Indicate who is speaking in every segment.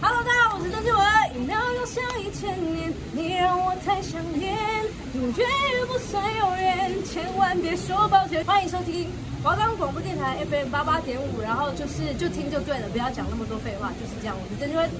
Speaker 1: Hello，大家好，我是郑志文。饮料又像一千年，你让我太想念，永远也不算永远，千万别说抱歉。欢迎收听华冈广播电台 FM 八八点五，然后就是就听就对了，不要讲那么多废话，就是这样。我是郑志文。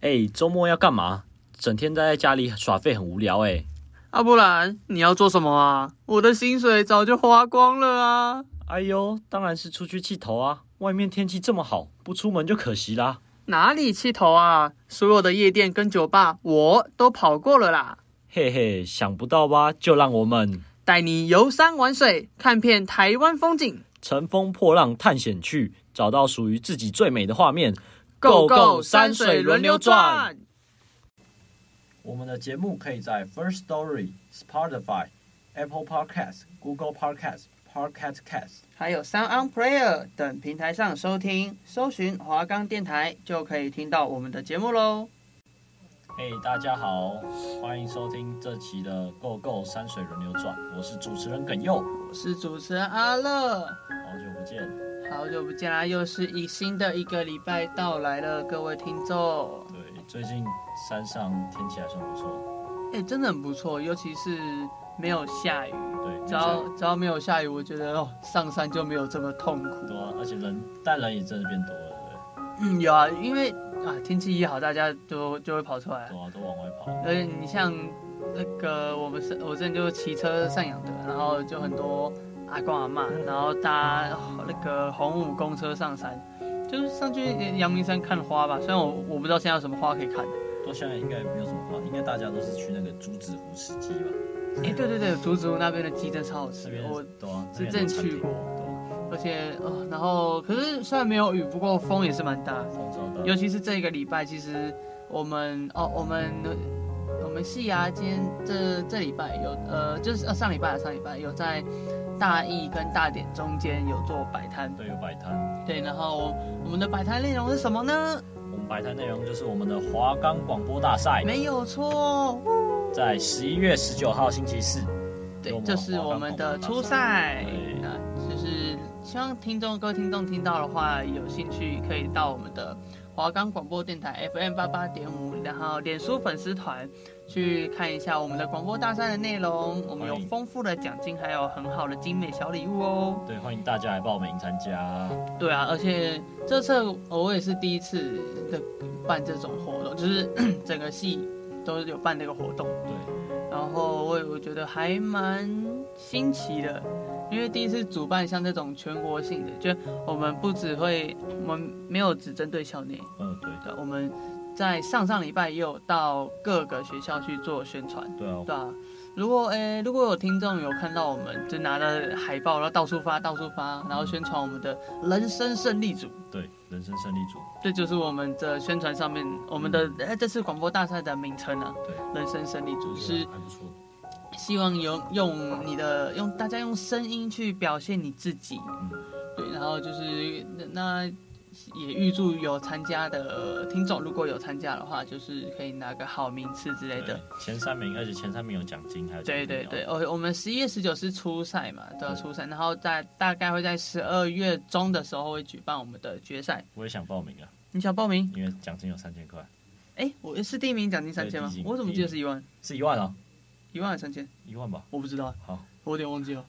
Speaker 2: 哎，周末要干嘛？整天待在家里耍废很无聊哎、
Speaker 3: 啊，不然你要做什么啊？我的薪水早就花光了啊！
Speaker 2: 哎呦，当然是出去气头啊！外面天气这么好，不出门就可惜啦。
Speaker 3: 哪里气头啊？所有的夜店跟酒吧我都跑过了啦，
Speaker 2: 嘿嘿，想不到吧？就让我们
Speaker 3: 带你游山玩水，看遍台湾风景。
Speaker 2: 乘风破浪探险去，找到属于自己最美的画面。
Speaker 3: Go
Speaker 2: Go
Speaker 3: Go，
Speaker 2: Go，山
Speaker 3: 山水
Speaker 2: 水
Speaker 3: 轮
Speaker 2: 轮
Speaker 3: 流
Speaker 2: 流
Speaker 3: 转
Speaker 2: 转。我们的节目可以在 First Story、Spotify、Apple Podcast、Google Podcast、Podcast Cast。
Speaker 3: 还有 Sound On Player 等平台上收听，搜寻华冈电台就可以听到我们的节目喽。
Speaker 2: 嘿、大家好，欢迎收听这期的《Go Go 山水轮流转》，我是主持人耿佑，
Speaker 3: 我是主持人阿乐，
Speaker 2: 好久不见。
Speaker 3: 好久不见啦，又是一新的一个礼拜到来了，各位听众。
Speaker 2: 对，最近山上天气还算不错。
Speaker 3: 哎、真的很不错，尤其是没有下雨。
Speaker 2: 对，
Speaker 3: 只
Speaker 2: 而
Speaker 3: 要只要没有下雨，我觉得哦，上山就没有这么痛
Speaker 2: 且
Speaker 3: 苦。
Speaker 2: 对啊，而且人，但人也真的变多了，
Speaker 3: 嗯，有啊，因为啊，天气一好，大家都就会跑出来
Speaker 2: 对不对？。对啊，都往外跑。
Speaker 3: 而且你像那个我们是，我之前就骑车上养德，然后就很多阿公阿妈，然后搭哦那个红五公车上山，就是上去阳明山看花吧。虽然我我不知道现在有什么花可以看。
Speaker 2: 到现在应该也没有什么话，应该大家都是去那个竹子湖吃鸡吧？
Speaker 3: 哎、对对对，竹子湖那边的鸡真超好吃
Speaker 2: 这
Speaker 3: 的
Speaker 2: 边，
Speaker 3: 我
Speaker 2: 对啊，
Speaker 3: 是
Speaker 2: 那边
Speaker 3: 真
Speaker 2: 的餐
Speaker 3: 去
Speaker 2: 厅
Speaker 3: 过
Speaker 2: 对啊，
Speaker 3: 而且哦，然后可是虽然没有雨，不过风也是蛮大的，
Speaker 2: 风超大。
Speaker 3: 尤其是这个礼拜，其实我们哦，我们我们系啊，今天这这礼拜有呃，就是、呃、上礼拜啊上礼拜有在大义跟大典中间有做摆摊，
Speaker 2: 对，有摆摊。
Speaker 3: 对，然后我们的摆摊内容是什么呢？
Speaker 2: 我们摆摊内容就是我们的华冈广播大赛，
Speaker 3: 没有错，
Speaker 2: 在十一月十九号星期四。
Speaker 3: 对，就是我们的初赛
Speaker 2: 对，
Speaker 3: 那就是希望听众各位听众听到的话，有兴趣可以到我们的华冈广播电台 FM 八八点五，然后脸书粉丝团去看一下我们的广播大赛的内容，我们有
Speaker 2: 欢迎
Speaker 3: 丰富的奖金，还有很好的精美小礼物哦。
Speaker 2: 对，欢迎大家来报名参加。
Speaker 3: 对啊，而且这次我也是第一次的办这种活动，就是 整个系都有办这个活动。
Speaker 2: 对，
Speaker 3: 然后我也我觉得还蛮新奇的，因为第一次主办像这种全国性的，就我们不只会，我们没有只针对校内，
Speaker 2: 嗯，对，
Speaker 3: 对，我们在上上礼拜也有到各个学校去做宣传，
Speaker 2: 对啊，
Speaker 3: 对啊。如果诶，如果有听众有看到我们就拿着海报，然后到处发，到处发，然后宣传我们的人生胜利组，
Speaker 2: 对，人生胜利组。
Speaker 3: 这就是我们的宣传上面我们的诶这次广播大赛的名称啊，
Speaker 2: 对啊
Speaker 3: 人生胜利组是
Speaker 2: 还不错。
Speaker 3: 希望用用你的用大家用声音去表现你自己，
Speaker 2: 嗯
Speaker 3: 对，然后就是那也预祝有参加的呃听众，如果有参加的话，就是可以拿个好名次之类的
Speaker 2: 对。，前三名，而且前三名有奖金，还有奖
Speaker 3: 对
Speaker 2: 金
Speaker 3: 对
Speaker 2: 哦
Speaker 3: 对，我我们十一月十九是初赛嘛，对啊，
Speaker 2: 对
Speaker 3: 初赛，然后在大概会在十二月中的时候会举办我们的决赛。
Speaker 2: 我也想报名啊，
Speaker 3: 你想报名？
Speaker 2: 因为奖金有三千块，
Speaker 3: 哎，我是第一名奖金三千吗
Speaker 2: 对第一？名
Speaker 3: 我怎么记得是一万？
Speaker 2: 是一万啊，
Speaker 3: 一万还是三千？
Speaker 2: 一万吧。
Speaker 3: 我不知道，
Speaker 2: 好，
Speaker 3: 我有点忘记了。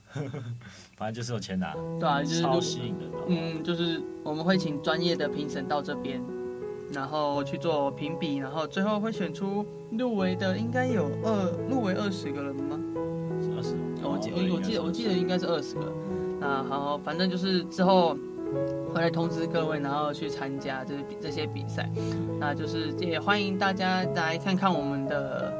Speaker 2: 反正就是有钱拿，
Speaker 3: 对啊，就是如
Speaker 2: 超
Speaker 3: 果
Speaker 2: 吸引人的。
Speaker 3: 嗯，就是我们会请专业的评审到这边，然后去做评比，然后最后会选出入围的，应该有二入围二十个人吗？
Speaker 2: 二十，
Speaker 3: 我记
Speaker 2: 哦对
Speaker 3: 我我记得我记得应该是二十个。
Speaker 2: 嗯
Speaker 3: 那好，反正就是之后回来通知各位，然后去参加这比这些比赛。那就是也欢迎大家来看看我们的，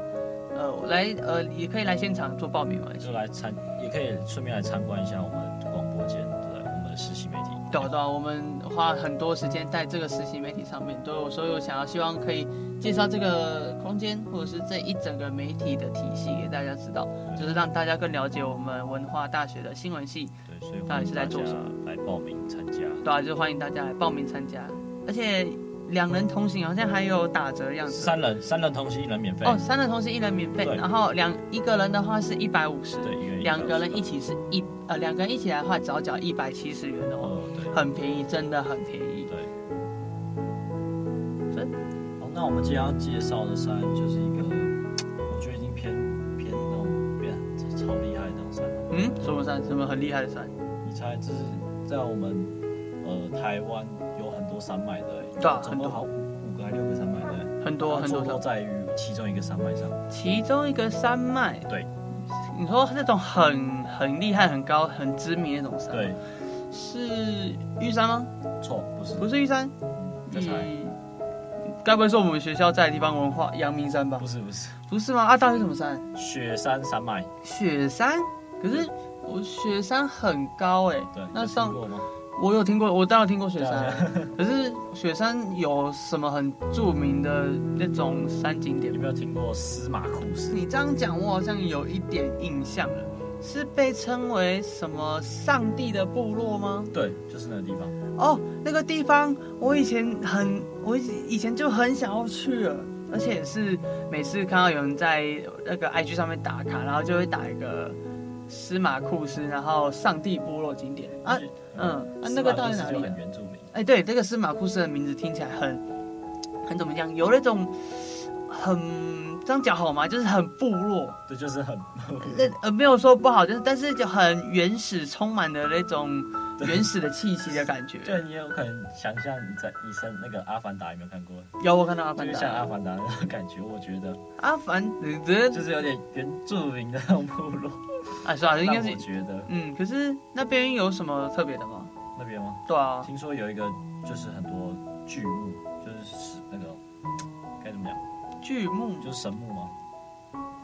Speaker 3: 呃，来呃也可以来现场做报名嘛。
Speaker 2: 就来参，也可以顺便来参观一下我们广播间，对不对？我们的实习媒体。
Speaker 3: 对啊对啊，我们花很多时间在这个实习媒体上面，都有所以我想要希望可以介绍这个空间，或者是这一整个媒体的体系给大家知道，就是让大家更了解我们文化大学的新闻系。
Speaker 2: 对，所以
Speaker 3: 到
Speaker 2: 欢迎
Speaker 3: 底是在
Speaker 2: 大
Speaker 3: 做
Speaker 2: 家
Speaker 3: 什么
Speaker 2: 来报名参加。
Speaker 3: 对啊，就欢迎大家来报名参加，而且两人同行好像还有打折的样子。
Speaker 2: 三人，三人同行，一人免费。
Speaker 3: 哦，三人同行一人免费，
Speaker 2: 对
Speaker 3: 然后两一个人的话是一百五十，
Speaker 2: 对，一个人
Speaker 3: 两个人一。起是一呃两个人一起来的话，只要缴一百七十元哦，
Speaker 2: 哦，对
Speaker 3: 很便宜，真的很便宜。
Speaker 2: 对，哦那我们今天要介绍的山就是一个，我觉得已经偏偏那种变超厉害的那种山了。
Speaker 3: 嗯，什么山？什么很厉害的山？
Speaker 2: 你猜，这是在我们呃台湾有很多山脉的，欸
Speaker 3: 对啊
Speaker 2: 总共好五五个还六个山脉的，
Speaker 3: 很多
Speaker 2: 它
Speaker 3: 啊很多
Speaker 2: 坐落
Speaker 3: 山，
Speaker 2: 在于其中一个山脉上。
Speaker 3: 其中一个山脉。
Speaker 2: 对。
Speaker 3: 你说那种很很厉害、很高、很知名的那种山，
Speaker 2: 对，，
Speaker 3: 是玉山吗？
Speaker 2: 错，不是，嗯
Speaker 3: 不是玉山，
Speaker 2: 再猜，
Speaker 3: 咦该不会是我们学校在的地方文化阳明山吧
Speaker 2: 不？是不是，
Speaker 3: 不是吗？啊，到底是什么山？
Speaker 2: 雪山山脉，
Speaker 3: 雪山？可是我雪山很高哎、
Speaker 2: 对，
Speaker 3: 那
Speaker 2: 有听
Speaker 3: 上
Speaker 2: 过吗？
Speaker 3: 我有听过，我当然听过雪
Speaker 2: 对啊
Speaker 3: 山，
Speaker 2: 对啊
Speaker 3: 可是雪山有什么很著名的那种山景点
Speaker 2: 有
Speaker 3: 吗？
Speaker 2: 没有听过司马库斯？
Speaker 3: 你这样讲，我好像有一点印象了，是被称为什么上帝的部落吗？
Speaker 2: 对，就是那个地方。
Speaker 3: 哦，那个地方我以前很，我以前就很想要去了，而且是每次看到有人在那个 IG 上面打卡，然后就会打一个司马库斯，然后上帝部落景点啊，嗯啊那个到底哪
Speaker 2: 司马库斯
Speaker 3: 里啊
Speaker 2: 就很原住民，
Speaker 3: 哎，对，这个司马库斯的名字听起来很很怎么样，有那种很这样讲好吗？就是很部落，
Speaker 2: 这就是很
Speaker 3: 那呃没有说不好，就是但是就很原始，充满了那种 原始的气息的感觉。
Speaker 2: 就你有可能想象你在医生那个《阿凡达》有没有看过？
Speaker 3: 有我看到阿凡
Speaker 2: 就
Speaker 3: 达
Speaker 2: 像《阿凡达》那种感觉，我觉得
Speaker 3: 阿凡，你觉得
Speaker 2: 就是有点原住民的那种部落。
Speaker 3: 啊，算了，应该
Speaker 2: 但
Speaker 3: 是
Speaker 2: 我觉得
Speaker 3: 嗯，可是那边有什么特别的吗？
Speaker 2: 那边吗？
Speaker 3: 对啊，
Speaker 2: 听说有一个就是很多巨木，就是石那个该怎么讲，
Speaker 3: 巨木
Speaker 2: 就是神木吗？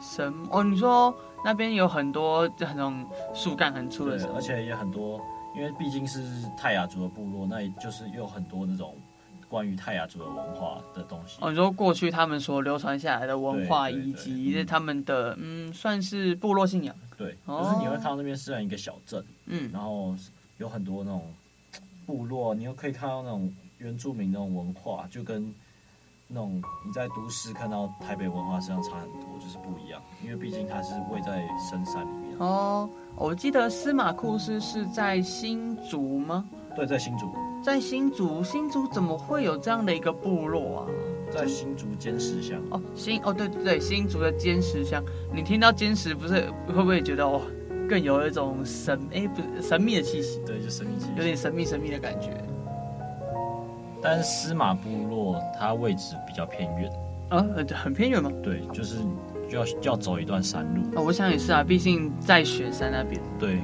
Speaker 3: 神哦，你说那边有很多这种树干很粗的
Speaker 2: 对
Speaker 3: 神，，
Speaker 2: 而且也很多，因为毕竟是泰雅族的部落，那也就是有很多那种关于泰雅族的文化的东西。
Speaker 3: 哦，你说过去他们所流传下来的文化
Speaker 2: 对对
Speaker 3: 以
Speaker 2: 对
Speaker 3: 及他们的嗯，算是部落信仰，
Speaker 2: 对，
Speaker 3: 哦
Speaker 2: 就是你会看到那边虽然一个小镇，
Speaker 3: 嗯，
Speaker 2: 然后有很多那种部落，你又可以看到那种原住民那种文化，就跟那种你在都市看到台北文化实际上差很多，就是不一样。因为毕竟它是位在深山里面，
Speaker 3: 哦，我记得司马库斯是在新竹吗？
Speaker 2: 对，在新竹，
Speaker 3: 在新竹，新竹怎么会有这样的一个部落啊？
Speaker 2: 在新竹尖石乡。
Speaker 3: 哦，新哦，对对对，新竹的尖石乡，你听到尖石，不是会不会觉得哇、哦更有一种神哎，不是神秘的气息，
Speaker 2: 对，就神秘气
Speaker 3: 有
Speaker 2: 息。
Speaker 3: 点神秘神秘的感觉。
Speaker 2: 但是司马部落它位置比较偏远，
Speaker 3: 啊，呃很偏远吗？
Speaker 2: 对，就是就要就要走一段山路，
Speaker 3: 啊、我想也是啊，毕竟在雪山那边。
Speaker 2: 对，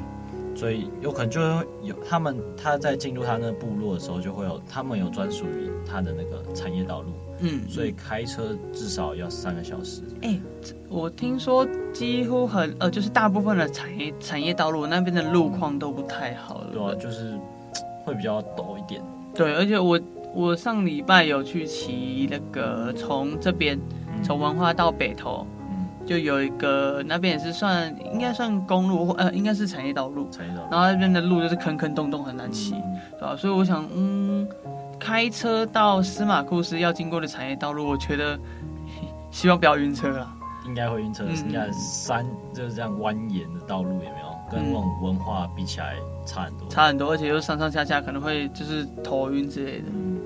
Speaker 2: 所以有可能就会有他们他在进入他那部落的时候，就会有他们有专属于他的那个产业道路，
Speaker 3: 嗯，
Speaker 2: 所以开车至少要三个小时。
Speaker 3: 哎、这我听说几乎很呃，就是大部分的产业产业道路那边的路况都不太好了。
Speaker 2: 对啊，就是嘖会比较陡一点。
Speaker 3: 对，而且我我上礼拜有去骑那个从这边嗯从文化到北投，
Speaker 2: 嗯，
Speaker 3: 就有一个那边也是算应该算公路或呃应该是产业道路，
Speaker 2: 产业道路
Speaker 3: 然后那边的路就是坑坑洞洞很难骑，
Speaker 2: 嗯
Speaker 3: 对吧、所以我想，嗯，开车到司马库斯要经过的产业道路，我觉得嘿希望不要晕车啦。
Speaker 2: 应该会晕车，
Speaker 3: 嗯
Speaker 2: 你看山就是这样蜿蜒的道路有没有？跟那种文化比起来差很多。
Speaker 3: 嗯差很多，而且又上上下下可能会就是头晕之类的。
Speaker 2: 嗯，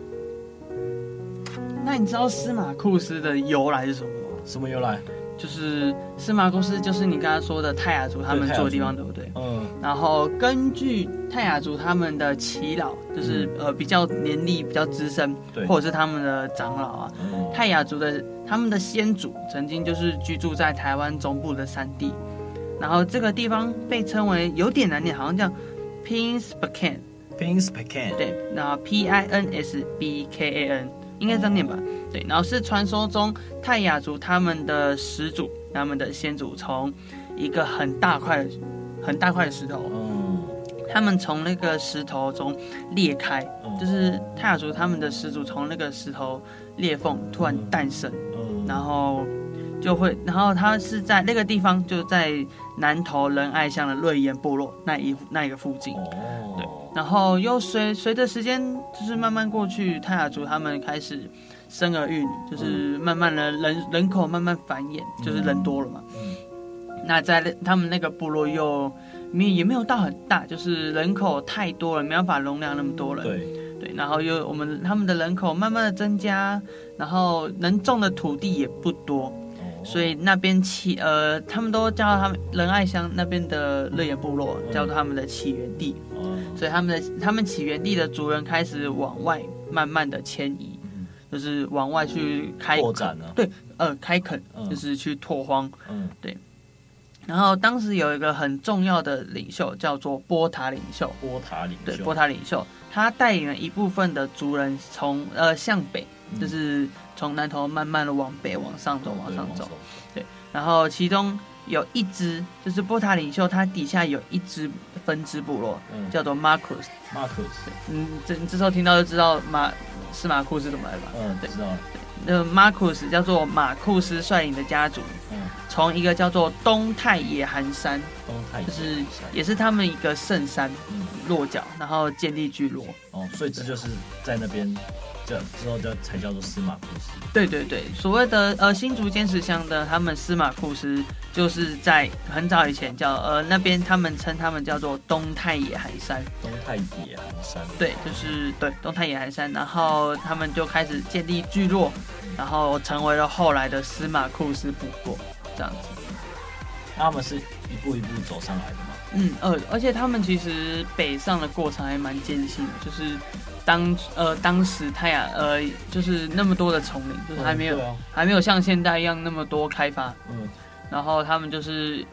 Speaker 3: 那你知道司马库斯的由来是什么吗？
Speaker 2: 什么由来？
Speaker 3: 就是司马库斯就是你刚刚说的泰雅族他们
Speaker 2: 对
Speaker 3: 住的地
Speaker 2: 泰雅
Speaker 3: 方，
Speaker 2: 族
Speaker 3: 对不对？
Speaker 2: 嗯，
Speaker 3: 然后根据泰雅族他们的耆老，就是呃比较年力比较资深，
Speaker 2: 对，
Speaker 3: 或者是他们的长老啊，
Speaker 2: 嗯
Speaker 3: 泰雅族的他们的先祖曾经就是居住在台湾中部的山地，然后这个地方被称为有点难念，好像叫 Pinsbkan，
Speaker 2: Pins Pecan，
Speaker 3: 对，那 P I N S B K A N 应该这样念吧？对，然后是传说中泰雅族他们的始祖，他们的先祖从一个很大块的很大块的石头，
Speaker 2: 嗯，
Speaker 3: 他们从那个石头中裂开，
Speaker 2: 嗯
Speaker 3: 就是泰雅族他们的始祖从那个石头裂缝突然诞生，
Speaker 2: 嗯，
Speaker 3: 然后就会，然后他是在那个地方，就在南投仁爱乡的瑞岩部落那一那一个附近。对
Speaker 2: 哦，
Speaker 3: 然后又随随着时间就是慢慢过去，泰雅族他们开始生儿育女，就是慢慢的人人口慢慢繁衍，就是人多了嘛。
Speaker 2: 嗯
Speaker 3: 那在那他们那个部落嗯又没也没有到很大，就是人口太多了，没办法容量那么多人。
Speaker 2: 对，
Speaker 3: 对然后又我们他们的人口慢慢的增加，然后能种的土地也不多，
Speaker 2: 哦
Speaker 3: 所以那边起呃，他们都叫他们仁爱乡那边的乐野部落叫做他们的起源地，
Speaker 2: 哦
Speaker 3: 所以他们的他们起源地的族人开始往外慢慢的迁移，
Speaker 2: 嗯
Speaker 3: 就是往外去开
Speaker 2: 扩展呢，
Speaker 3: 对，呃，开垦
Speaker 2: 嗯
Speaker 3: 就是去拓荒。
Speaker 2: 嗯
Speaker 3: 然后当时有一个很重要的领袖叫做波塔领袖，
Speaker 2: 波塔领
Speaker 3: 对，
Speaker 2: 袖
Speaker 3: 波塔领袖，他带领了一部分的族人从呃向北，
Speaker 2: 嗯
Speaker 3: 就是从南头慢慢的往北往上走，
Speaker 2: 对
Speaker 3: 往上走。，
Speaker 2: 往
Speaker 3: 然后其中有一支就是波塔领袖，他底下有一支分支部落
Speaker 2: 嗯
Speaker 3: 叫做马库斯。
Speaker 2: 马克思，
Speaker 3: 嗯，这你这时候听到就知道马是马库斯怎么来吧？
Speaker 2: 嗯，
Speaker 3: 对
Speaker 2: 知道了，
Speaker 3: 那马库斯叫做马库斯率领的家族，
Speaker 2: 嗯，
Speaker 3: 从一个叫做东太野寒山，
Speaker 2: 东太
Speaker 3: 就是也是他们一个圣山
Speaker 2: 嗯
Speaker 3: 落脚，然后建立聚落。
Speaker 2: 哦，所以这就是在那边叫之后叫才叫做司马库斯，
Speaker 3: 对对对，所谓的呃新竹尖石乡的他们司马库斯，就是在很早以前叫呃那边他们称他们叫做东太野寒山，
Speaker 2: 东太野寒山，
Speaker 3: 对，就是对东太野寒山，然后他们就开始建立聚落，然后成为了后来的司马库斯部落这样子。
Speaker 2: 他们是一步一步走上来的嘛，
Speaker 3: 嗯，呃，而且他们其实北上的过程还蛮艰辛的，就是当呃当时太阳呃就是那么多的丛林，就是还没有、
Speaker 2: 嗯对啊
Speaker 3: 还没有像现代一样那么多开发，
Speaker 2: 嗯，
Speaker 3: 然后他们就是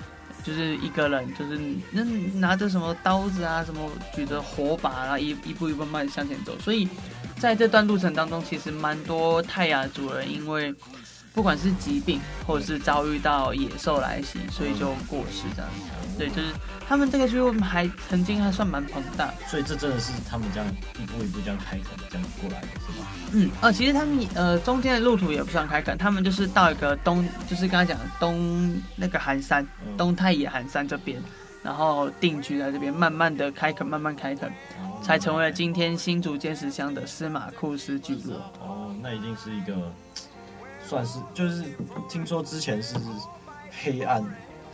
Speaker 3: 就是一个人，就是那拿着什么刀子啊，什么举着火把啊，然后一一步一步慢慢向前走。所以在这段路程当中，其实蛮多泰雅族人因为不管是疾病，或者是遭遇到野兽来袭，所以就过世这样子。对，就是他们这个区域还曾经还算蛮庞大的。
Speaker 2: 所以这真的是他们这样一步一步这样开垦这样过来的是吗？
Speaker 3: 嗯，呃，其实他们呃中间的路途也不算开垦，他们就是到一个东，就是刚才讲的东那个寒山，
Speaker 2: 嗯
Speaker 3: 东太野寒山这边，然后定居在这边，慢慢的开垦，慢慢开垦，才成为了今天新竹尖石乡的司马库斯聚落。
Speaker 2: 哦，那一定是一个算是就是听说之前是黑暗，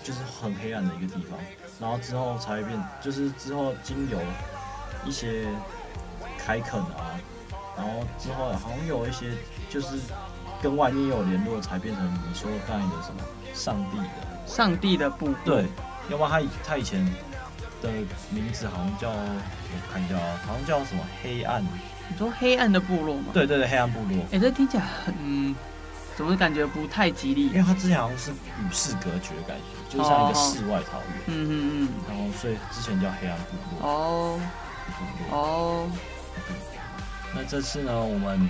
Speaker 2: 就是很黑暗的一个地方，然后之后才会变，就是之后经由一些开垦啊，然后之后好像有一些就是跟外面有联络，才变成你说刚才的什么上帝的，
Speaker 3: 上帝的部落，
Speaker 2: 对，要不然他以他以前的名字好像叫我看一下啊，好像叫什么黑暗，
Speaker 3: 你说黑暗的部落吗？，
Speaker 2: 对对对，黑暗部落。
Speaker 3: 哎，这听起来很，嗯，怎么感觉不太吉利
Speaker 2: 因？为它之前好像是与世隔绝的感觉，就是像一个世外桃源，
Speaker 3: 嗯嗯
Speaker 2: 然后所以之前叫黑暗部
Speaker 3: 嗯，
Speaker 2: 落。
Speaker 3: 哦
Speaker 2: 部落
Speaker 3: 哦，
Speaker 2: 那这次呢，我们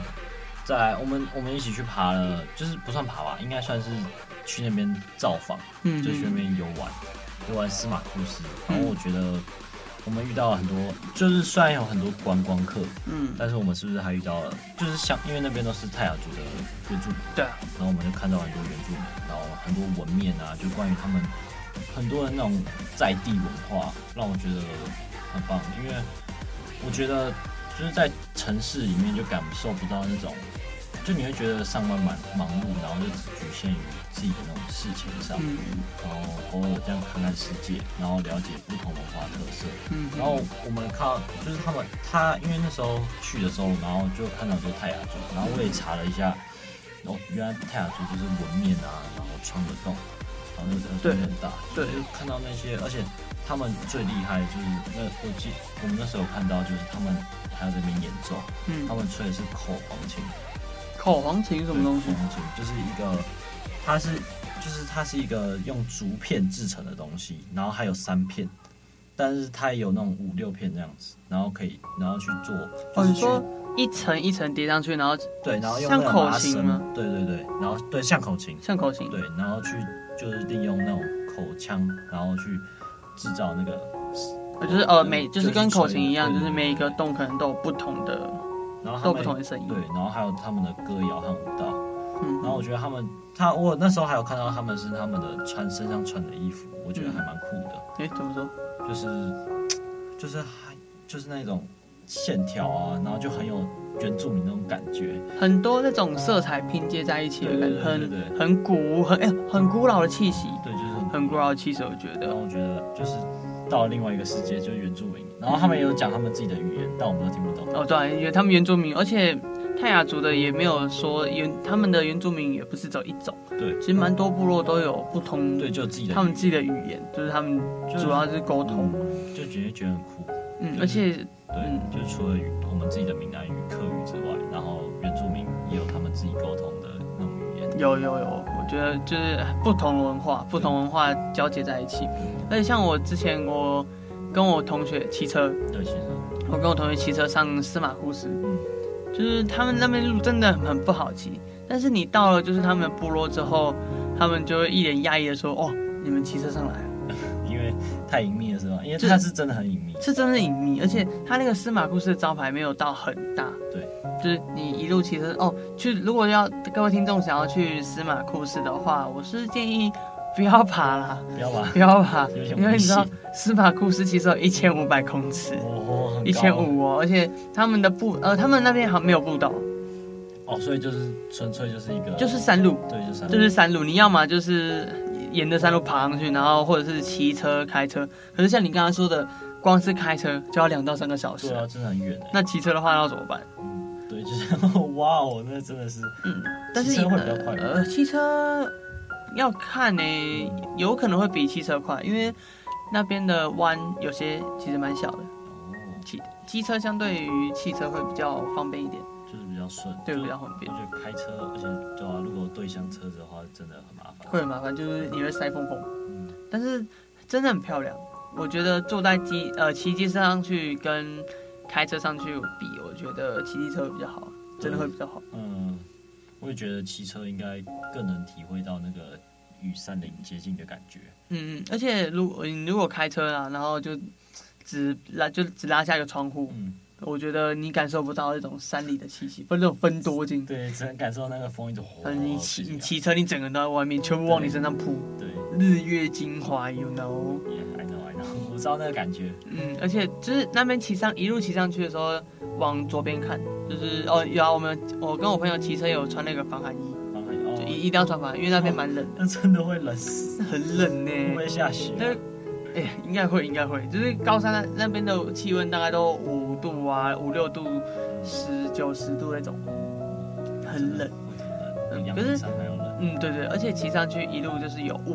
Speaker 2: 在我们我们一起去爬了，就是不算爬吧，应该算是去那边造访，
Speaker 3: 嗯，
Speaker 2: 就去那
Speaker 3: 嗯
Speaker 2: 边游玩，游玩司马库斯。然后我觉得我们遇到了很多，就是虽然有很多观光客，
Speaker 3: 嗯，
Speaker 2: 但是我们是不是还遇到了，就是像因为那边都是泰雅族的原住民。
Speaker 3: 对啊，
Speaker 2: 然后我们就看到很多原住民，然后很多文面啊，就关于他们很多的那种在地文化，让我觉得很棒。因为我觉得就是在城市里面就感受不到那种，就你会觉得上班忙忙碌，然后就只局限于自己的那种事情上，
Speaker 3: 嗯
Speaker 2: 然后偶尔这样看看世界，然后了解不同文化特色。
Speaker 3: 嗯，
Speaker 2: 然后我们看到，就是他们他因为那时候去的时候，然后就看到很多泰雅族，然后我也查了一下，哦，原来泰雅族就是纹面啊，然后穿得动，然后那个
Speaker 3: 对
Speaker 2: 胸很大，
Speaker 3: 对
Speaker 2: 所以就看到那些，而且他们最厉害的就是那我记我们那时候看到就是他们还有在那边演奏，
Speaker 3: 嗯
Speaker 2: 他，们吹的是口簧琴，
Speaker 3: 口簧琴什么东西
Speaker 2: 对？口簧琴就是一个，它是就是它是一个用竹片制成的东西，然后还有三片，但是它也有那种五六片这样子，然后可以然后去做，就
Speaker 3: 哦，
Speaker 2: 是
Speaker 3: 你
Speaker 2: 去、
Speaker 3: 说一层一层叠上去，然后
Speaker 2: 对，然后用
Speaker 3: 像
Speaker 2: 那个
Speaker 3: 口
Speaker 2: 麻
Speaker 3: 琴
Speaker 2: 绳
Speaker 3: 吗
Speaker 2: 对对对，然后对像口琴，
Speaker 3: 像口琴，
Speaker 2: 对，然后去就是利用那种口腔，然后去制造那个，
Speaker 3: 呃就是呃
Speaker 2: 对
Speaker 3: 每就
Speaker 2: 就是是
Speaker 3: 跟口
Speaker 2: 吹
Speaker 3: 琴一样，
Speaker 2: 对
Speaker 3: 就是
Speaker 2: 对
Speaker 3: 每一个
Speaker 2: 对
Speaker 3: 洞可能都有不同的
Speaker 2: 然后
Speaker 3: 都
Speaker 2: 他
Speaker 3: 有不同
Speaker 2: 们
Speaker 3: 的声音。
Speaker 2: 对，然后还有他们的歌谣和舞蹈。
Speaker 3: 嗯，
Speaker 2: 然后我觉得他们，他我那时候还有看到他们是他们的穿身上穿的衣服，我觉得还蛮酷的，
Speaker 3: 哎怎么说？
Speaker 2: 就是就是还就是那种线条啊，然后就很有原住民那种感觉，
Speaker 3: 很多那种色彩拼接在一起的感觉，
Speaker 2: 对对对对
Speaker 3: 很很古很哎很古老的气息，
Speaker 2: 对，就是很
Speaker 3: 很古老的气息，我觉
Speaker 2: 然
Speaker 3: 得。
Speaker 2: 后我觉得就是到了另外一个世界，就是原住民，然后他们也有讲他们自己的语言，但我们都听不懂。
Speaker 3: 哦，对啊、因为他们原住民，而且泰雅族的也没有说原，他们的原住民也不是只有一种，
Speaker 2: 对
Speaker 3: 其实蛮多部落都有不同，
Speaker 2: 对，就有自己的语言，
Speaker 3: 他们自己的语言，就是他们
Speaker 2: 就是
Speaker 3: 主要是沟通，
Speaker 2: 嗯就觉得觉得很酷。
Speaker 3: 嗯，
Speaker 2: 对
Speaker 3: 而且
Speaker 2: 对，
Speaker 3: 嗯
Speaker 2: 就除了我们自己的闽南语、客语之外，然后原住民也有他们自己沟通的那种语言。
Speaker 3: 有有有，我觉得就是不同文化，不同文化交接在一起，而且像我之前我跟我同学骑车，
Speaker 2: 对，其实
Speaker 3: 我跟我同学骑车上司马库斯，
Speaker 2: 嗯
Speaker 3: 就是他们那边路真的很不好骑，但是你到了就是他们部落之后，他们就会一脸讶异的说：“哦，你们骑车上来啊，
Speaker 2: 因为太隐秘了，是吧？因为
Speaker 3: 就
Speaker 2: 它是真的很隐秘。
Speaker 3: 是真的隐秘，而且他那个司马库斯的招牌没有到很大，
Speaker 2: 对，
Speaker 3: 就是你一路骑车哦，去如果要各位听众想要去司马库斯的话，我是建议不要爬啦，
Speaker 2: 不要 吧
Speaker 3: 不，要爬，
Speaker 2: 有点
Speaker 3: 因为
Speaker 2: 危
Speaker 3: 你知道
Speaker 2: 险。
Speaker 3: 司马库斯其实有一千五百公尺。”
Speaker 2: 哦，很高
Speaker 3: 一千五哦，而且他们的步呃，他们那边好像没有步道，
Speaker 2: 哦，所以就是纯粹就是一个，
Speaker 3: 就是山路，
Speaker 2: 对，就是山
Speaker 3: 就是山路。你要么就是沿着山路爬上去，然后或者是骑车、开车。可是像你刚刚说的，光是开车就要两到三个小时
Speaker 2: 对
Speaker 3: 啊、
Speaker 2: 啊，真的很远哎。
Speaker 3: 那骑车的话要怎么办？
Speaker 2: 对，就是 哇哦，那真的是
Speaker 3: 嗯，但是
Speaker 2: 骑车会比较快吗
Speaker 3: 呃，汽车要看呢、有可能会比汽车快，因为那边的弯有些其实蛮小的，
Speaker 2: 哦，
Speaker 3: 机机车相对于汽车会比较方便一点，
Speaker 2: 就是比较顺，
Speaker 3: 对，
Speaker 2: 就
Speaker 3: 比较方便
Speaker 2: 我。觉得开车，而且对啊，如果对向车子的话，真的很麻烦。
Speaker 3: 会很麻烦，就是你会塞缝缝
Speaker 2: 嗯。
Speaker 3: 但是真的很漂亮，我觉得坐在机呃骑机车上去跟开车上去比，我觉得骑机车会比较好，真的会比较好。
Speaker 2: 嗯，我也觉得骑车应该更能体会到那个与山林接近的感觉。
Speaker 3: 嗯，嗯，而且如果你如果开车啦，然后就只拉就只拉下一个窗户，
Speaker 2: 嗯，
Speaker 3: 我觉得你感受不到那种山里的气息，不是那种分多精。
Speaker 2: 对，只能感受那个风一直呼。
Speaker 3: 嗯，你骑
Speaker 2: 这样
Speaker 3: 你骑车，你整个人都在外面，全部往你身上扑，
Speaker 2: 啊对
Speaker 3: 日月精华，you know。
Speaker 2: ，yeah,，I know I know，我知 道那个感觉。
Speaker 3: 嗯，而且就是那边骑上一路骑上去的时候，往左边看，就是哦，有啊，我们我跟我朋友骑车有穿那个防寒衣，
Speaker 2: 然后
Speaker 3: 就
Speaker 2: 哦，
Speaker 3: 一一定要穿防寒，因为那边蛮冷，
Speaker 2: 那真的会冷死，
Speaker 3: 很冷呢、
Speaker 2: 会不会下雪啊？
Speaker 3: 但是哎、应该会，应该会，就是高山那那边的气温大概都五度啊，五六度、十九十度那种，
Speaker 2: 会很
Speaker 3: 很冷。
Speaker 2: 冷，
Speaker 3: 嗯
Speaker 2: 比阳
Speaker 3: 可是
Speaker 2: 明山还要冷，
Speaker 3: 嗯，对对，而且骑上去一路就是有雾，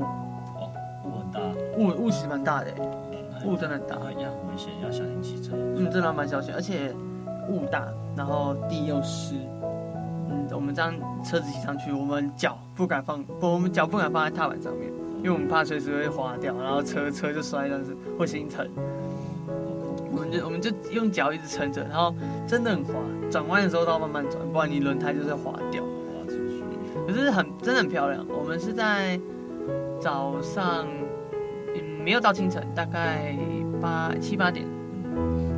Speaker 2: 雾很大，
Speaker 3: 雾雾其实蛮大的、
Speaker 2: 那
Speaker 3: 雾真的很大
Speaker 2: 然。后也很危险，要小心骑车。
Speaker 3: 嗯，真的蛮小心，而且雾大，然后地又湿。嗯，我们这样车子骑上去，我们脚不敢放，不，我们脚不敢放在踏板上面，因为我们怕随时会滑掉，然后车车就摔这样子，会心疼。我们就我们就用脚一直撑着，然后真的很滑，转弯的时候都要慢慢转，不然你轮胎就是会滑掉。
Speaker 2: 我要出去，
Speaker 3: 可是很真的很漂亮。我们是在早上，嗯，没有到清晨，大概八七八点，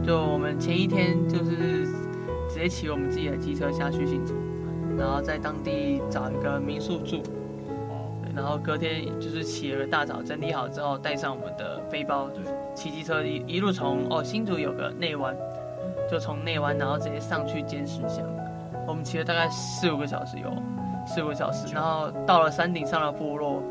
Speaker 3: 就我们前一天就是直接骑我们自己的机车下去新竹，然后在当地找一个民宿住，
Speaker 2: 哦，
Speaker 3: 对然后隔天就是起了个大早，整理好之后带上我们的背包，
Speaker 2: 对，
Speaker 3: 骑机车一一路从哦新竹有个内湾，就从内湾然后直接上去尖石乡，我们骑了大概四五个小时有，四五个小时，然后到了山顶上了部落，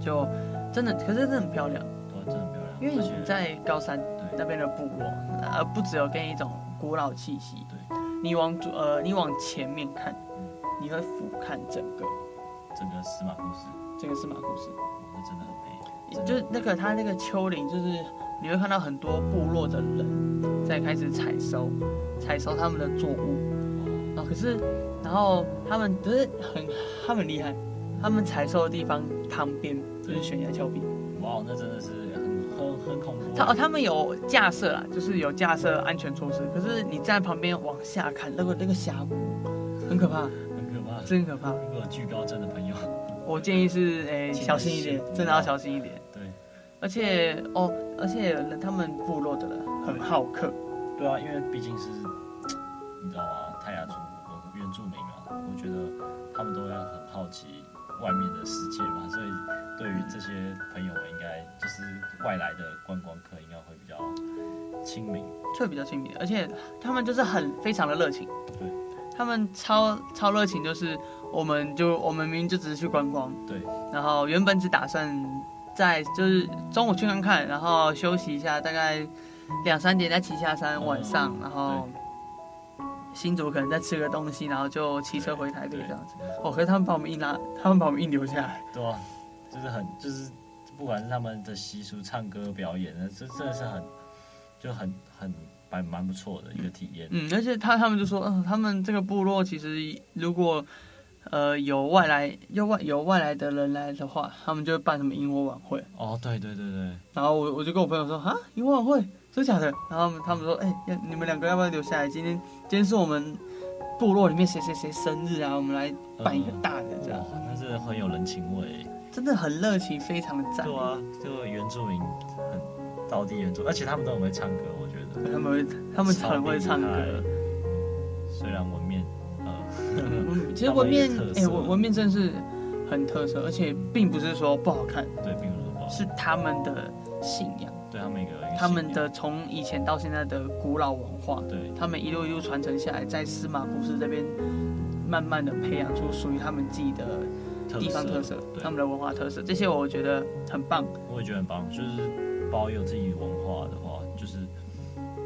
Speaker 3: 就真的，可是真的很漂亮，
Speaker 2: 哇，真的很漂亮，
Speaker 3: 因为
Speaker 2: 而且
Speaker 3: 你在高山那
Speaker 2: 对
Speaker 3: 边的部落，呃，不只有跟一种古老气息，
Speaker 2: 对，
Speaker 3: 你往左呃你往前面看，你会俯瞰整个
Speaker 2: 整个司马库斯，
Speaker 3: 这个是马库斯。
Speaker 2: 那真的很美。
Speaker 3: 就是那个它那个丘陵，就是你会看到很多部落的人在开始采收，采收他们的作物
Speaker 2: 哦
Speaker 3: 啊。可是，然后他们不是很，他们很厉害，他们采收的地方旁边就是悬崖峭壁。
Speaker 2: 哇，那真的是很很很恐怖。
Speaker 3: 他哦，他们有架设啦，就是有架设安全措施。可是你站旁边往下看，那个那个峡谷很可怕，
Speaker 2: 很可怕。
Speaker 3: 真可怕。
Speaker 2: 如果有惧高症的朋友，
Speaker 3: 我建议是，诶、
Speaker 2: 谨
Speaker 3: 小心啊一点
Speaker 2: 慎，
Speaker 3: 真的要小心一点。
Speaker 2: 对
Speaker 3: 而且哦，而且他们部落的人很好客。
Speaker 2: 对啊，因为毕竟是你知道吗？泰雅族我原住民嘛，我觉得他们都要很好奇外面的世界嘛，所以对于这些朋友们，应该就是外来的观光客，应该会比较亲民。
Speaker 3: 会比较亲民，而且他们就是很非常的热情，
Speaker 2: 对，
Speaker 3: 他们超超热情，就是我们就我们明明就只是去观光，
Speaker 2: 对，
Speaker 3: 然后原本只打算在就是中午去看看，然后休息一下，大概两三点再骑下山，
Speaker 2: 嗯
Speaker 3: 晚上然后新竹可能再吃个东西，然后就骑车回台北
Speaker 2: 对
Speaker 3: 这样子。哦，可是他们把我们硬拉，他们把我们硬留下来。
Speaker 2: 对啊，就是很就是不管是他们的习俗、唱歌、表演，这真的是很就很很蛮蛮不错的一个体验。
Speaker 3: 嗯，而且他他们就说，嗯、他们这个部落其实如果呃有外来有外有外来的人来的话，他们就会办什么萤火晚会。
Speaker 2: 哦，对对对对，
Speaker 3: 然后我我就跟我朋友说啊，萤火晚会，真假的？然后他们他们说，哎、要你们两个要不要留下来？今天今天是我们部落里面谁谁谁生日啊，我们来办一个大的这样
Speaker 2: 哇，，那是很有人情味。
Speaker 3: 真的很热情，非常的赞。
Speaker 2: 对啊，就原住民很道地原住，而且他们都很会唱歌，我觉得。
Speaker 3: 他们会他们很会唱
Speaker 2: 超厉
Speaker 3: 歌。
Speaker 2: 害。虽然文面，呃，
Speaker 3: 嗯，其实文面
Speaker 2: 他们有特色
Speaker 3: 哎文文面真的是很特色，而且并不是说不好看，
Speaker 2: 对，并不是不好，
Speaker 3: 是他们的信仰，
Speaker 2: 对他们一个
Speaker 3: 他们的从以前到现在的古老文化。
Speaker 2: 对
Speaker 3: 他们一路一路传承下来，在司马故事这边慢慢的培养出属于他们自己的地方特色，
Speaker 2: 对
Speaker 3: 他们的文化特色，这些我觉得很棒。
Speaker 2: 我也觉得很棒，就是保有自己文化的话，就是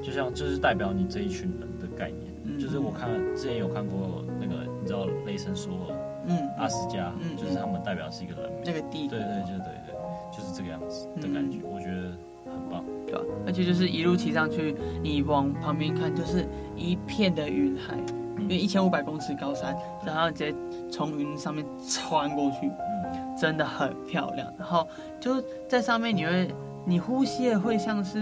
Speaker 2: 就像就是代表你这一群人的概念。
Speaker 3: 嗯
Speaker 2: 就是我看之前有看过那个，你知道雷神索尔、
Speaker 3: 嗯，
Speaker 2: 阿斯加，
Speaker 3: 嗯
Speaker 2: 就是他们代表是一个人名。
Speaker 3: 那个地
Speaker 2: 啊对对对对对，就是这个样子的感
Speaker 3: 嗯
Speaker 2: 觉，我觉得很棒。
Speaker 3: 对吧？而且就是一路骑上去，你往旁边看就是一片的云海，因为一千五百公尺高山，然后直接从云上面穿过去，
Speaker 2: 嗯，
Speaker 3: 真的很漂亮。然后就在上面，你会你呼吸的会像是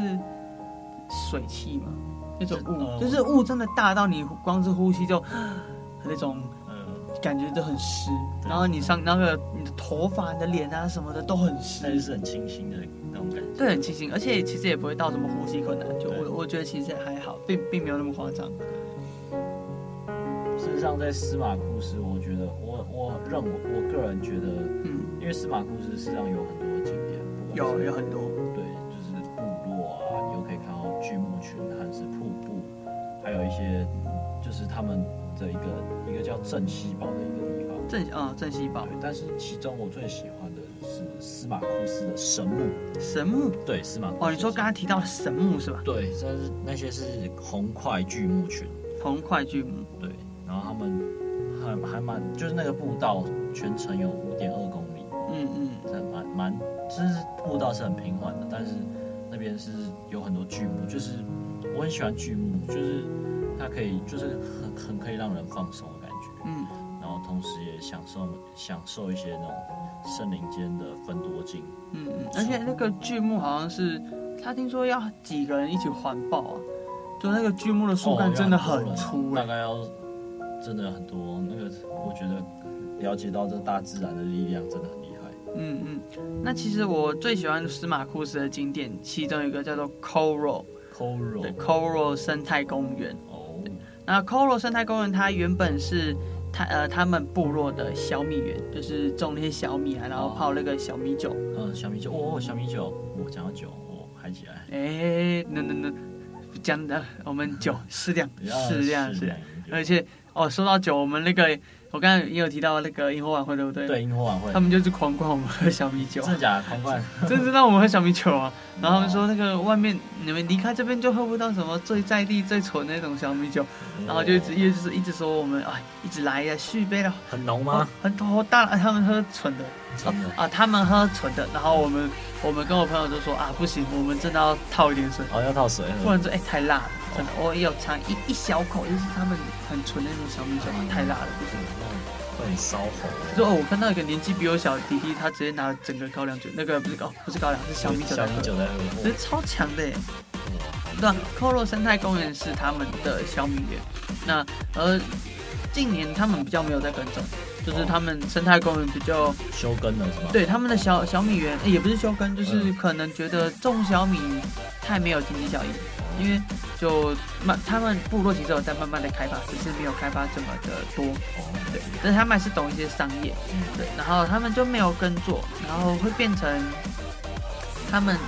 Speaker 3: 水汽嘛，那种雾，
Speaker 2: 呃
Speaker 3: 就是雾真的大到你光是呼吸就 那种
Speaker 2: 呃，
Speaker 3: 感觉就很湿。
Speaker 2: 对
Speaker 3: 然后你上那个你的头发、你的脸啊什么的都很湿
Speaker 2: 那，就是很清新的那种感觉。
Speaker 3: 对，很清新，而且其实也不会到什么呼吸困难，就
Speaker 2: 对
Speaker 3: 我我觉得其实还好，并并没有那么夸张。
Speaker 2: 事实上，在司马库斯，我觉得我我认为我个人觉得，
Speaker 3: 嗯，
Speaker 2: 因为司马库斯实际上有很多景点，不管是
Speaker 3: 有有很多，
Speaker 2: 对，就是部落啊，你又可以看到巨木群，还是瀑布，还有一些就是他们的一个一个叫镇西堡的一个地方。
Speaker 3: 正啊正西堡
Speaker 2: 对，但是其中我最喜欢的是司马库斯的神木。
Speaker 3: 神木
Speaker 2: 对，司马库斯
Speaker 3: 哦，你说刚才提到的神木是吧？
Speaker 2: 对，但是那些是红块巨木群。
Speaker 3: 红块巨木，
Speaker 2: 对，然后他们还还蛮，就是那个步道全程有五点二公里，
Speaker 3: 嗯嗯。
Speaker 2: 这蛮蛮，就是步道是很平缓的，但是那边是有很多巨木，就是我很喜欢巨木，就是它可以就是很很可以让人放松的感觉，
Speaker 3: 嗯
Speaker 2: 然后同时也享受享受一些那种森林间的分多精。
Speaker 3: 嗯，嗯，而且那个剧目好像是，他听说要几个人一起环抱啊，就那个剧目的树干真的很粗
Speaker 2: 哦
Speaker 3: 哎、
Speaker 2: 大概哦要真的很多。那个我觉得了解到这大自然的力量真的很厉害。
Speaker 3: 嗯嗯，那其实我最喜欢司马库斯的景点，其中有一个叫做 Coral 对
Speaker 2: Coral
Speaker 3: Coral 生态公园。
Speaker 2: 哦，
Speaker 3: 那 Coral 生态公园它原本是他呃他们部落的小米园，就是种那些小米啊，然后泡那个小米酒。
Speaker 2: 嗯，小米酒，哦，小米酒，我讲到酒，我嗨起来。
Speaker 3: 哎，那那那，讲的我们酒适量适量适量。而
Speaker 2: 对
Speaker 3: 且哦，说到酒，我们那个我刚才也有提到那个萤火晚会，对不对？，
Speaker 2: 对，萤火晚会
Speaker 3: 他，们就是狂灌我们喝小米酒
Speaker 2: 真，的假的？狂灌，
Speaker 3: 真是让我们喝小米酒啊！然后他们说那个外面你们离开这边就喝不到什么最在地最纯那种小米酒，
Speaker 2: 哦
Speaker 3: 然后就一直一直一直说我们哎，一直来呀、续杯了，
Speaker 2: 很浓
Speaker 3: 啊
Speaker 2: 吗？，
Speaker 3: 很多大他们喝纯的
Speaker 2: 真的。
Speaker 3: 啊，他们喝纯的，然后我们我们跟我朋友就说啊，不行，我们真的要套一点水。
Speaker 2: 好哦要套水
Speaker 3: 不
Speaker 2: 了，
Speaker 3: 然就哎、太辣了，真的，我也有尝一一小口，就是他们很纯的那种小米酒，啊太辣了，不行。
Speaker 2: 会很烧红。
Speaker 3: 就哦，我看到一个年纪比我小的弟弟，他直接拿了整个高粱酒，那个不是高，不是高粱，是小米酒。
Speaker 2: 小米，酒在喝，哦
Speaker 3: 这超强的耶！
Speaker 2: 哇
Speaker 3: 对、啊、，Coro 生态公园是他们的小米园，那而近年他们比较没有在耕种，
Speaker 2: 哦
Speaker 3: 就是他们生态公园比较
Speaker 2: 休耕了是哦吗？
Speaker 3: 对他们的小小米园、诶哎也不是休耕，就是
Speaker 2: 嗯
Speaker 3: 可能觉得种小米太没有经济效益，因为就慢他们部落其实有在慢慢的开发，只是没有开发这么的多。
Speaker 2: 哦，
Speaker 3: 对，但是他们还是懂一些商业，
Speaker 2: 嗯
Speaker 3: 对，然后他们就没有耕作，然后会变成他们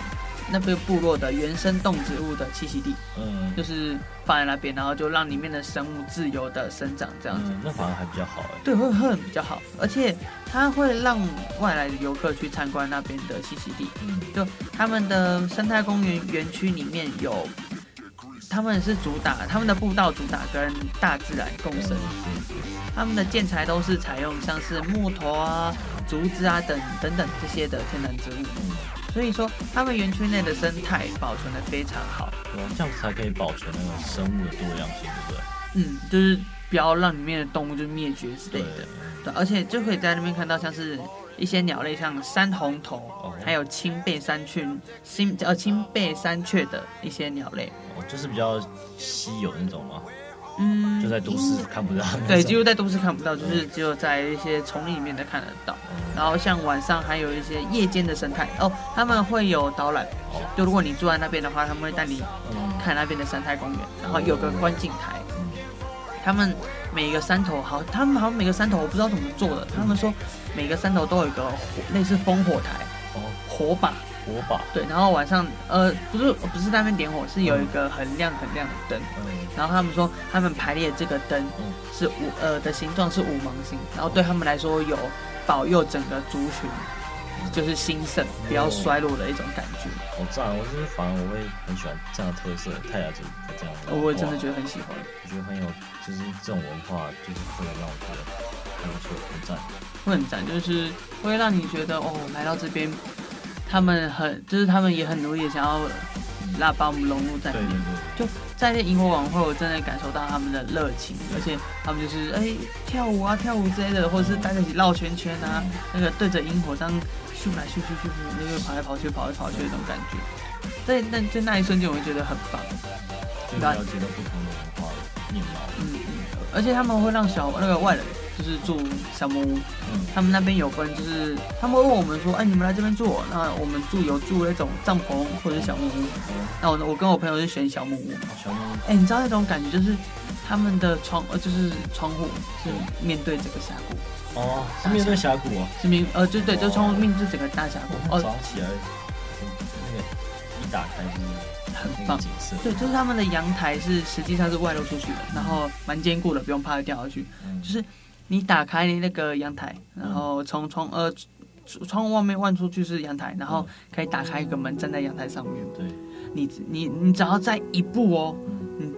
Speaker 3: 那个部落的原生动植物的栖息地，
Speaker 2: 嗯，
Speaker 3: 就是放在那边，然后就让里面的生物自由的生长这样子。
Speaker 2: 嗯，那反而还比较好哎、
Speaker 3: 对，会会很比较好，而且它会让外来的游客去参观那边的栖息地。
Speaker 2: 嗯
Speaker 3: 就他们的生态公园园区里面有，他们是主打他们的步道主打跟大自然共生，他们的建材都是采用像是木头啊、竹子啊等等等这些的天然植物，
Speaker 2: 嗯，
Speaker 3: 所以说他们园区内的生态保存的非常好。
Speaker 2: 对啊，这样子才可以保存那个生物的多样性，对不对？
Speaker 3: 嗯，就是不要让里面的动物就灭绝之类的。
Speaker 2: 对，
Speaker 3: 对，而且就可以在那边看到像是一些鸟类，像山红头，还有青背山雀、青呃青背山雀的一些鸟类。
Speaker 2: 哦，就是比较稀有那种嘛，
Speaker 3: 嗯，
Speaker 2: 就在都市看不到那种。
Speaker 3: 对，几乎在都市看不到，就是只有在一些丛林里面才看得到。
Speaker 2: 嗯
Speaker 3: 然后像晚上还有一些夜间的生态哦，他们会有导览，
Speaker 2: 哦，
Speaker 3: 就如果你住在那边的话，他们会带你
Speaker 2: 嗯
Speaker 3: 看那边的生态公园，然后有个观景台。
Speaker 2: 嗯
Speaker 3: 他们每个山头好，他们好像每个山头我不知道怎么做的，他们说每个山头都有一个火类似烽火台、
Speaker 2: 哦，
Speaker 3: 火把，
Speaker 2: 火把，
Speaker 3: 对，然后晚上呃不是不是在那边点火，是有一个很亮很亮的灯，
Speaker 2: 嗯
Speaker 3: 然后他们说他们排列这个灯
Speaker 2: 嗯
Speaker 3: 是五呃的形状是五芒星，然后对他们来说有保佑整个族群就是兴盛不要衰落的一种感觉，
Speaker 2: 好赞哦！我就是反而我会很喜欢这样的特色，泰雅族的这样的文化。
Speaker 3: 我也真的觉得很喜欢。
Speaker 2: 我觉得很有，就是这种文化，就是真的让我觉得很不错，很赞。
Speaker 3: 会很赞，就是会让你觉得哦，来到这边， 他们很就是他们也很努力地想要拉把我们融入在
Speaker 2: 对
Speaker 3: 里
Speaker 2: 对
Speaker 3: 面。
Speaker 2: 对，
Speaker 3: 就在这萤火晚会，我真的感受到他们的热情，而且他们就是哎、跳舞啊跳舞之类的，或者是大家一起绕圈圈啊，那个对着萤火这样咻来咻去咻去，那个跑来跑去跑来跑去的那种感觉。在那就那一瞬间，我就觉得很棒。
Speaker 2: 就了解到不同的文化面貌。
Speaker 3: 嗯，嗯，而且他们会让小那个外人就是住小木屋，
Speaker 2: 嗯
Speaker 3: 他们那边有分，就是他们会问我们说，哎，你们来这边住，那我们住有住那种帐篷或者是小木屋，
Speaker 2: 哦，
Speaker 3: 那我我跟我朋友就选小木屋。
Speaker 2: 小木
Speaker 3: 哎，你知道那种感觉就是他们的窗呃就是窗户是面对整个峡谷，
Speaker 2: 哦，是面对峡谷哦。
Speaker 3: 是面呃就对，
Speaker 2: 哦
Speaker 3: 就窗户面对整个大峡谷，
Speaker 2: 哦，
Speaker 3: 哦，
Speaker 2: 早上起来，嗯那个一打开就是
Speaker 3: 很
Speaker 2: 那
Speaker 3: 棒
Speaker 2: 个。景色。
Speaker 3: 对，就是他们的阳台是实际上是外露出去的，然后蛮坚固的，不用怕掉下去。
Speaker 2: 嗯
Speaker 3: 就是你打开那个阳台，然后从窗呃窗窗户外面望出去是阳台，然后可以打开一个门，站在阳台上面。
Speaker 2: 对，
Speaker 3: 你你你只要在一步哦，
Speaker 2: 嗯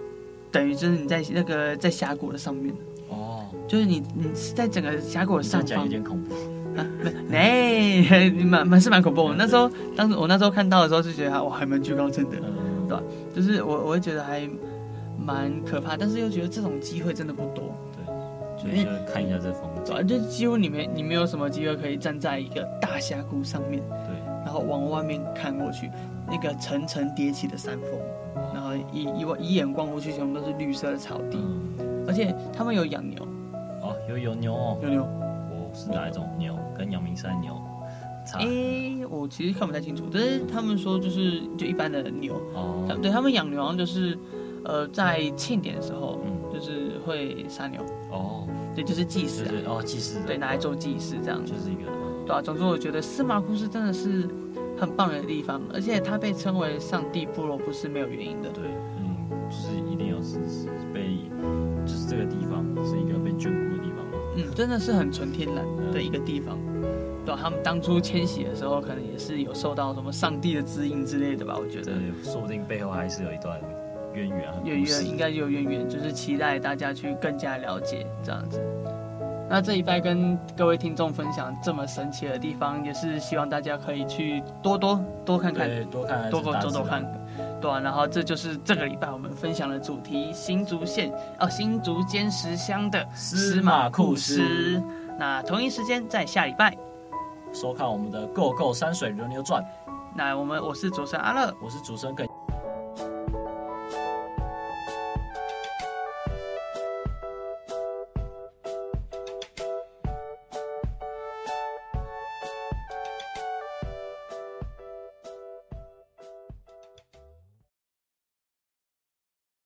Speaker 3: 等于就是你在那个在峡谷的上面，
Speaker 2: 哦，
Speaker 3: 就是你你是在整个峡谷的
Speaker 2: 你这样
Speaker 3: 上
Speaker 2: 讲
Speaker 3: 方
Speaker 2: 有。点恐怖。
Speaker 3: 啊，不是，哎，你蛮蛮是蛮恐怖。我那时候当时我那时候看到的时候就觉得啊，我还蛮居高症的，
Speaker 2: 嗯，
Speaker 3: 对就是我我会觉得还蛮可怕，但是又觉得这种机会真的不多。
Speaker 2: 所以就是看一下这风景。
Speaker 3: 反正就几乎你没你没有什么机会可以站在一个大峡谷上面，
Speaker 2: 对，
Speaker 3: 然后往外面看过去，那个层层叠起的山峰，然后一一望一眼望过去，全部都是绿色的草地，
Speaker 2: 嗯，
Speaker 3: 而且他们有养牛，
Speaker 2: 哦，有有牛哦，
Speaker 3: 有牛。
Speaker 2: 我是哪一种牛？跟阳明山牛差？
Speaker 3: 诶，我其实看不太清楚，但是他们说就是就一般的牛，他
Speaker 2: 哦，
Speaker 3: 呃对他们养牛好像就是，呃，在庆典的时候，
Speaker 2: 嗯，
Speaker 3: 就是会杀牛，
Speaker 2: 哦，
Speaker 3: 对，就是祭
Speaker 2: 就
Speaker 3: 祀啊，
Speaker 2: 是哦，祭祀的，
Speaker 3: 对，拿来做祭祀这样子。
Speaker 2: 就是一个，
Speaker 3: 对啊，总之我觉得司马库斯真的是很棒的地方，而且它被称为上帝部落不是没有原因的。
Speaker 2: 对，嗯，就是一定有是是被，就是这个地方是一个被眷顾的地方嘛。
Speaker 3: 嗯，真的是很纯天然的一个地方。对啊、他们当初迁徙的时候，可能也是有受到什么上帝的指引之类的吧？我觉得
Speaker 2: 对，说不定背后还是有一段渊源和故
Speaker 3: 远
Speaker 2: 事
Speaker 3: 远应该有远远，就是期待大家去更加了解这样子。那这一拜跟各位听众分享这么神奇的地方，也是希望大家可以去多多多看看。
Speaker 2: 对，多看
Speaker 3: 多
Speaker 2: 看
Speaker 3: 走走看，对啊，然后这就是这个礼拜我们分享的主题新竹县哦，新竹尖石乡的
Speaker 2: 司马库斯
Speaker 3: 司。那同一时间在下礼拜，
Speaker 2: 收看我们的《Go Go 山水轮流转》，
Speaker 3: 那我们我是主持人阿乐，
Speaker 2: 我是主持人耿。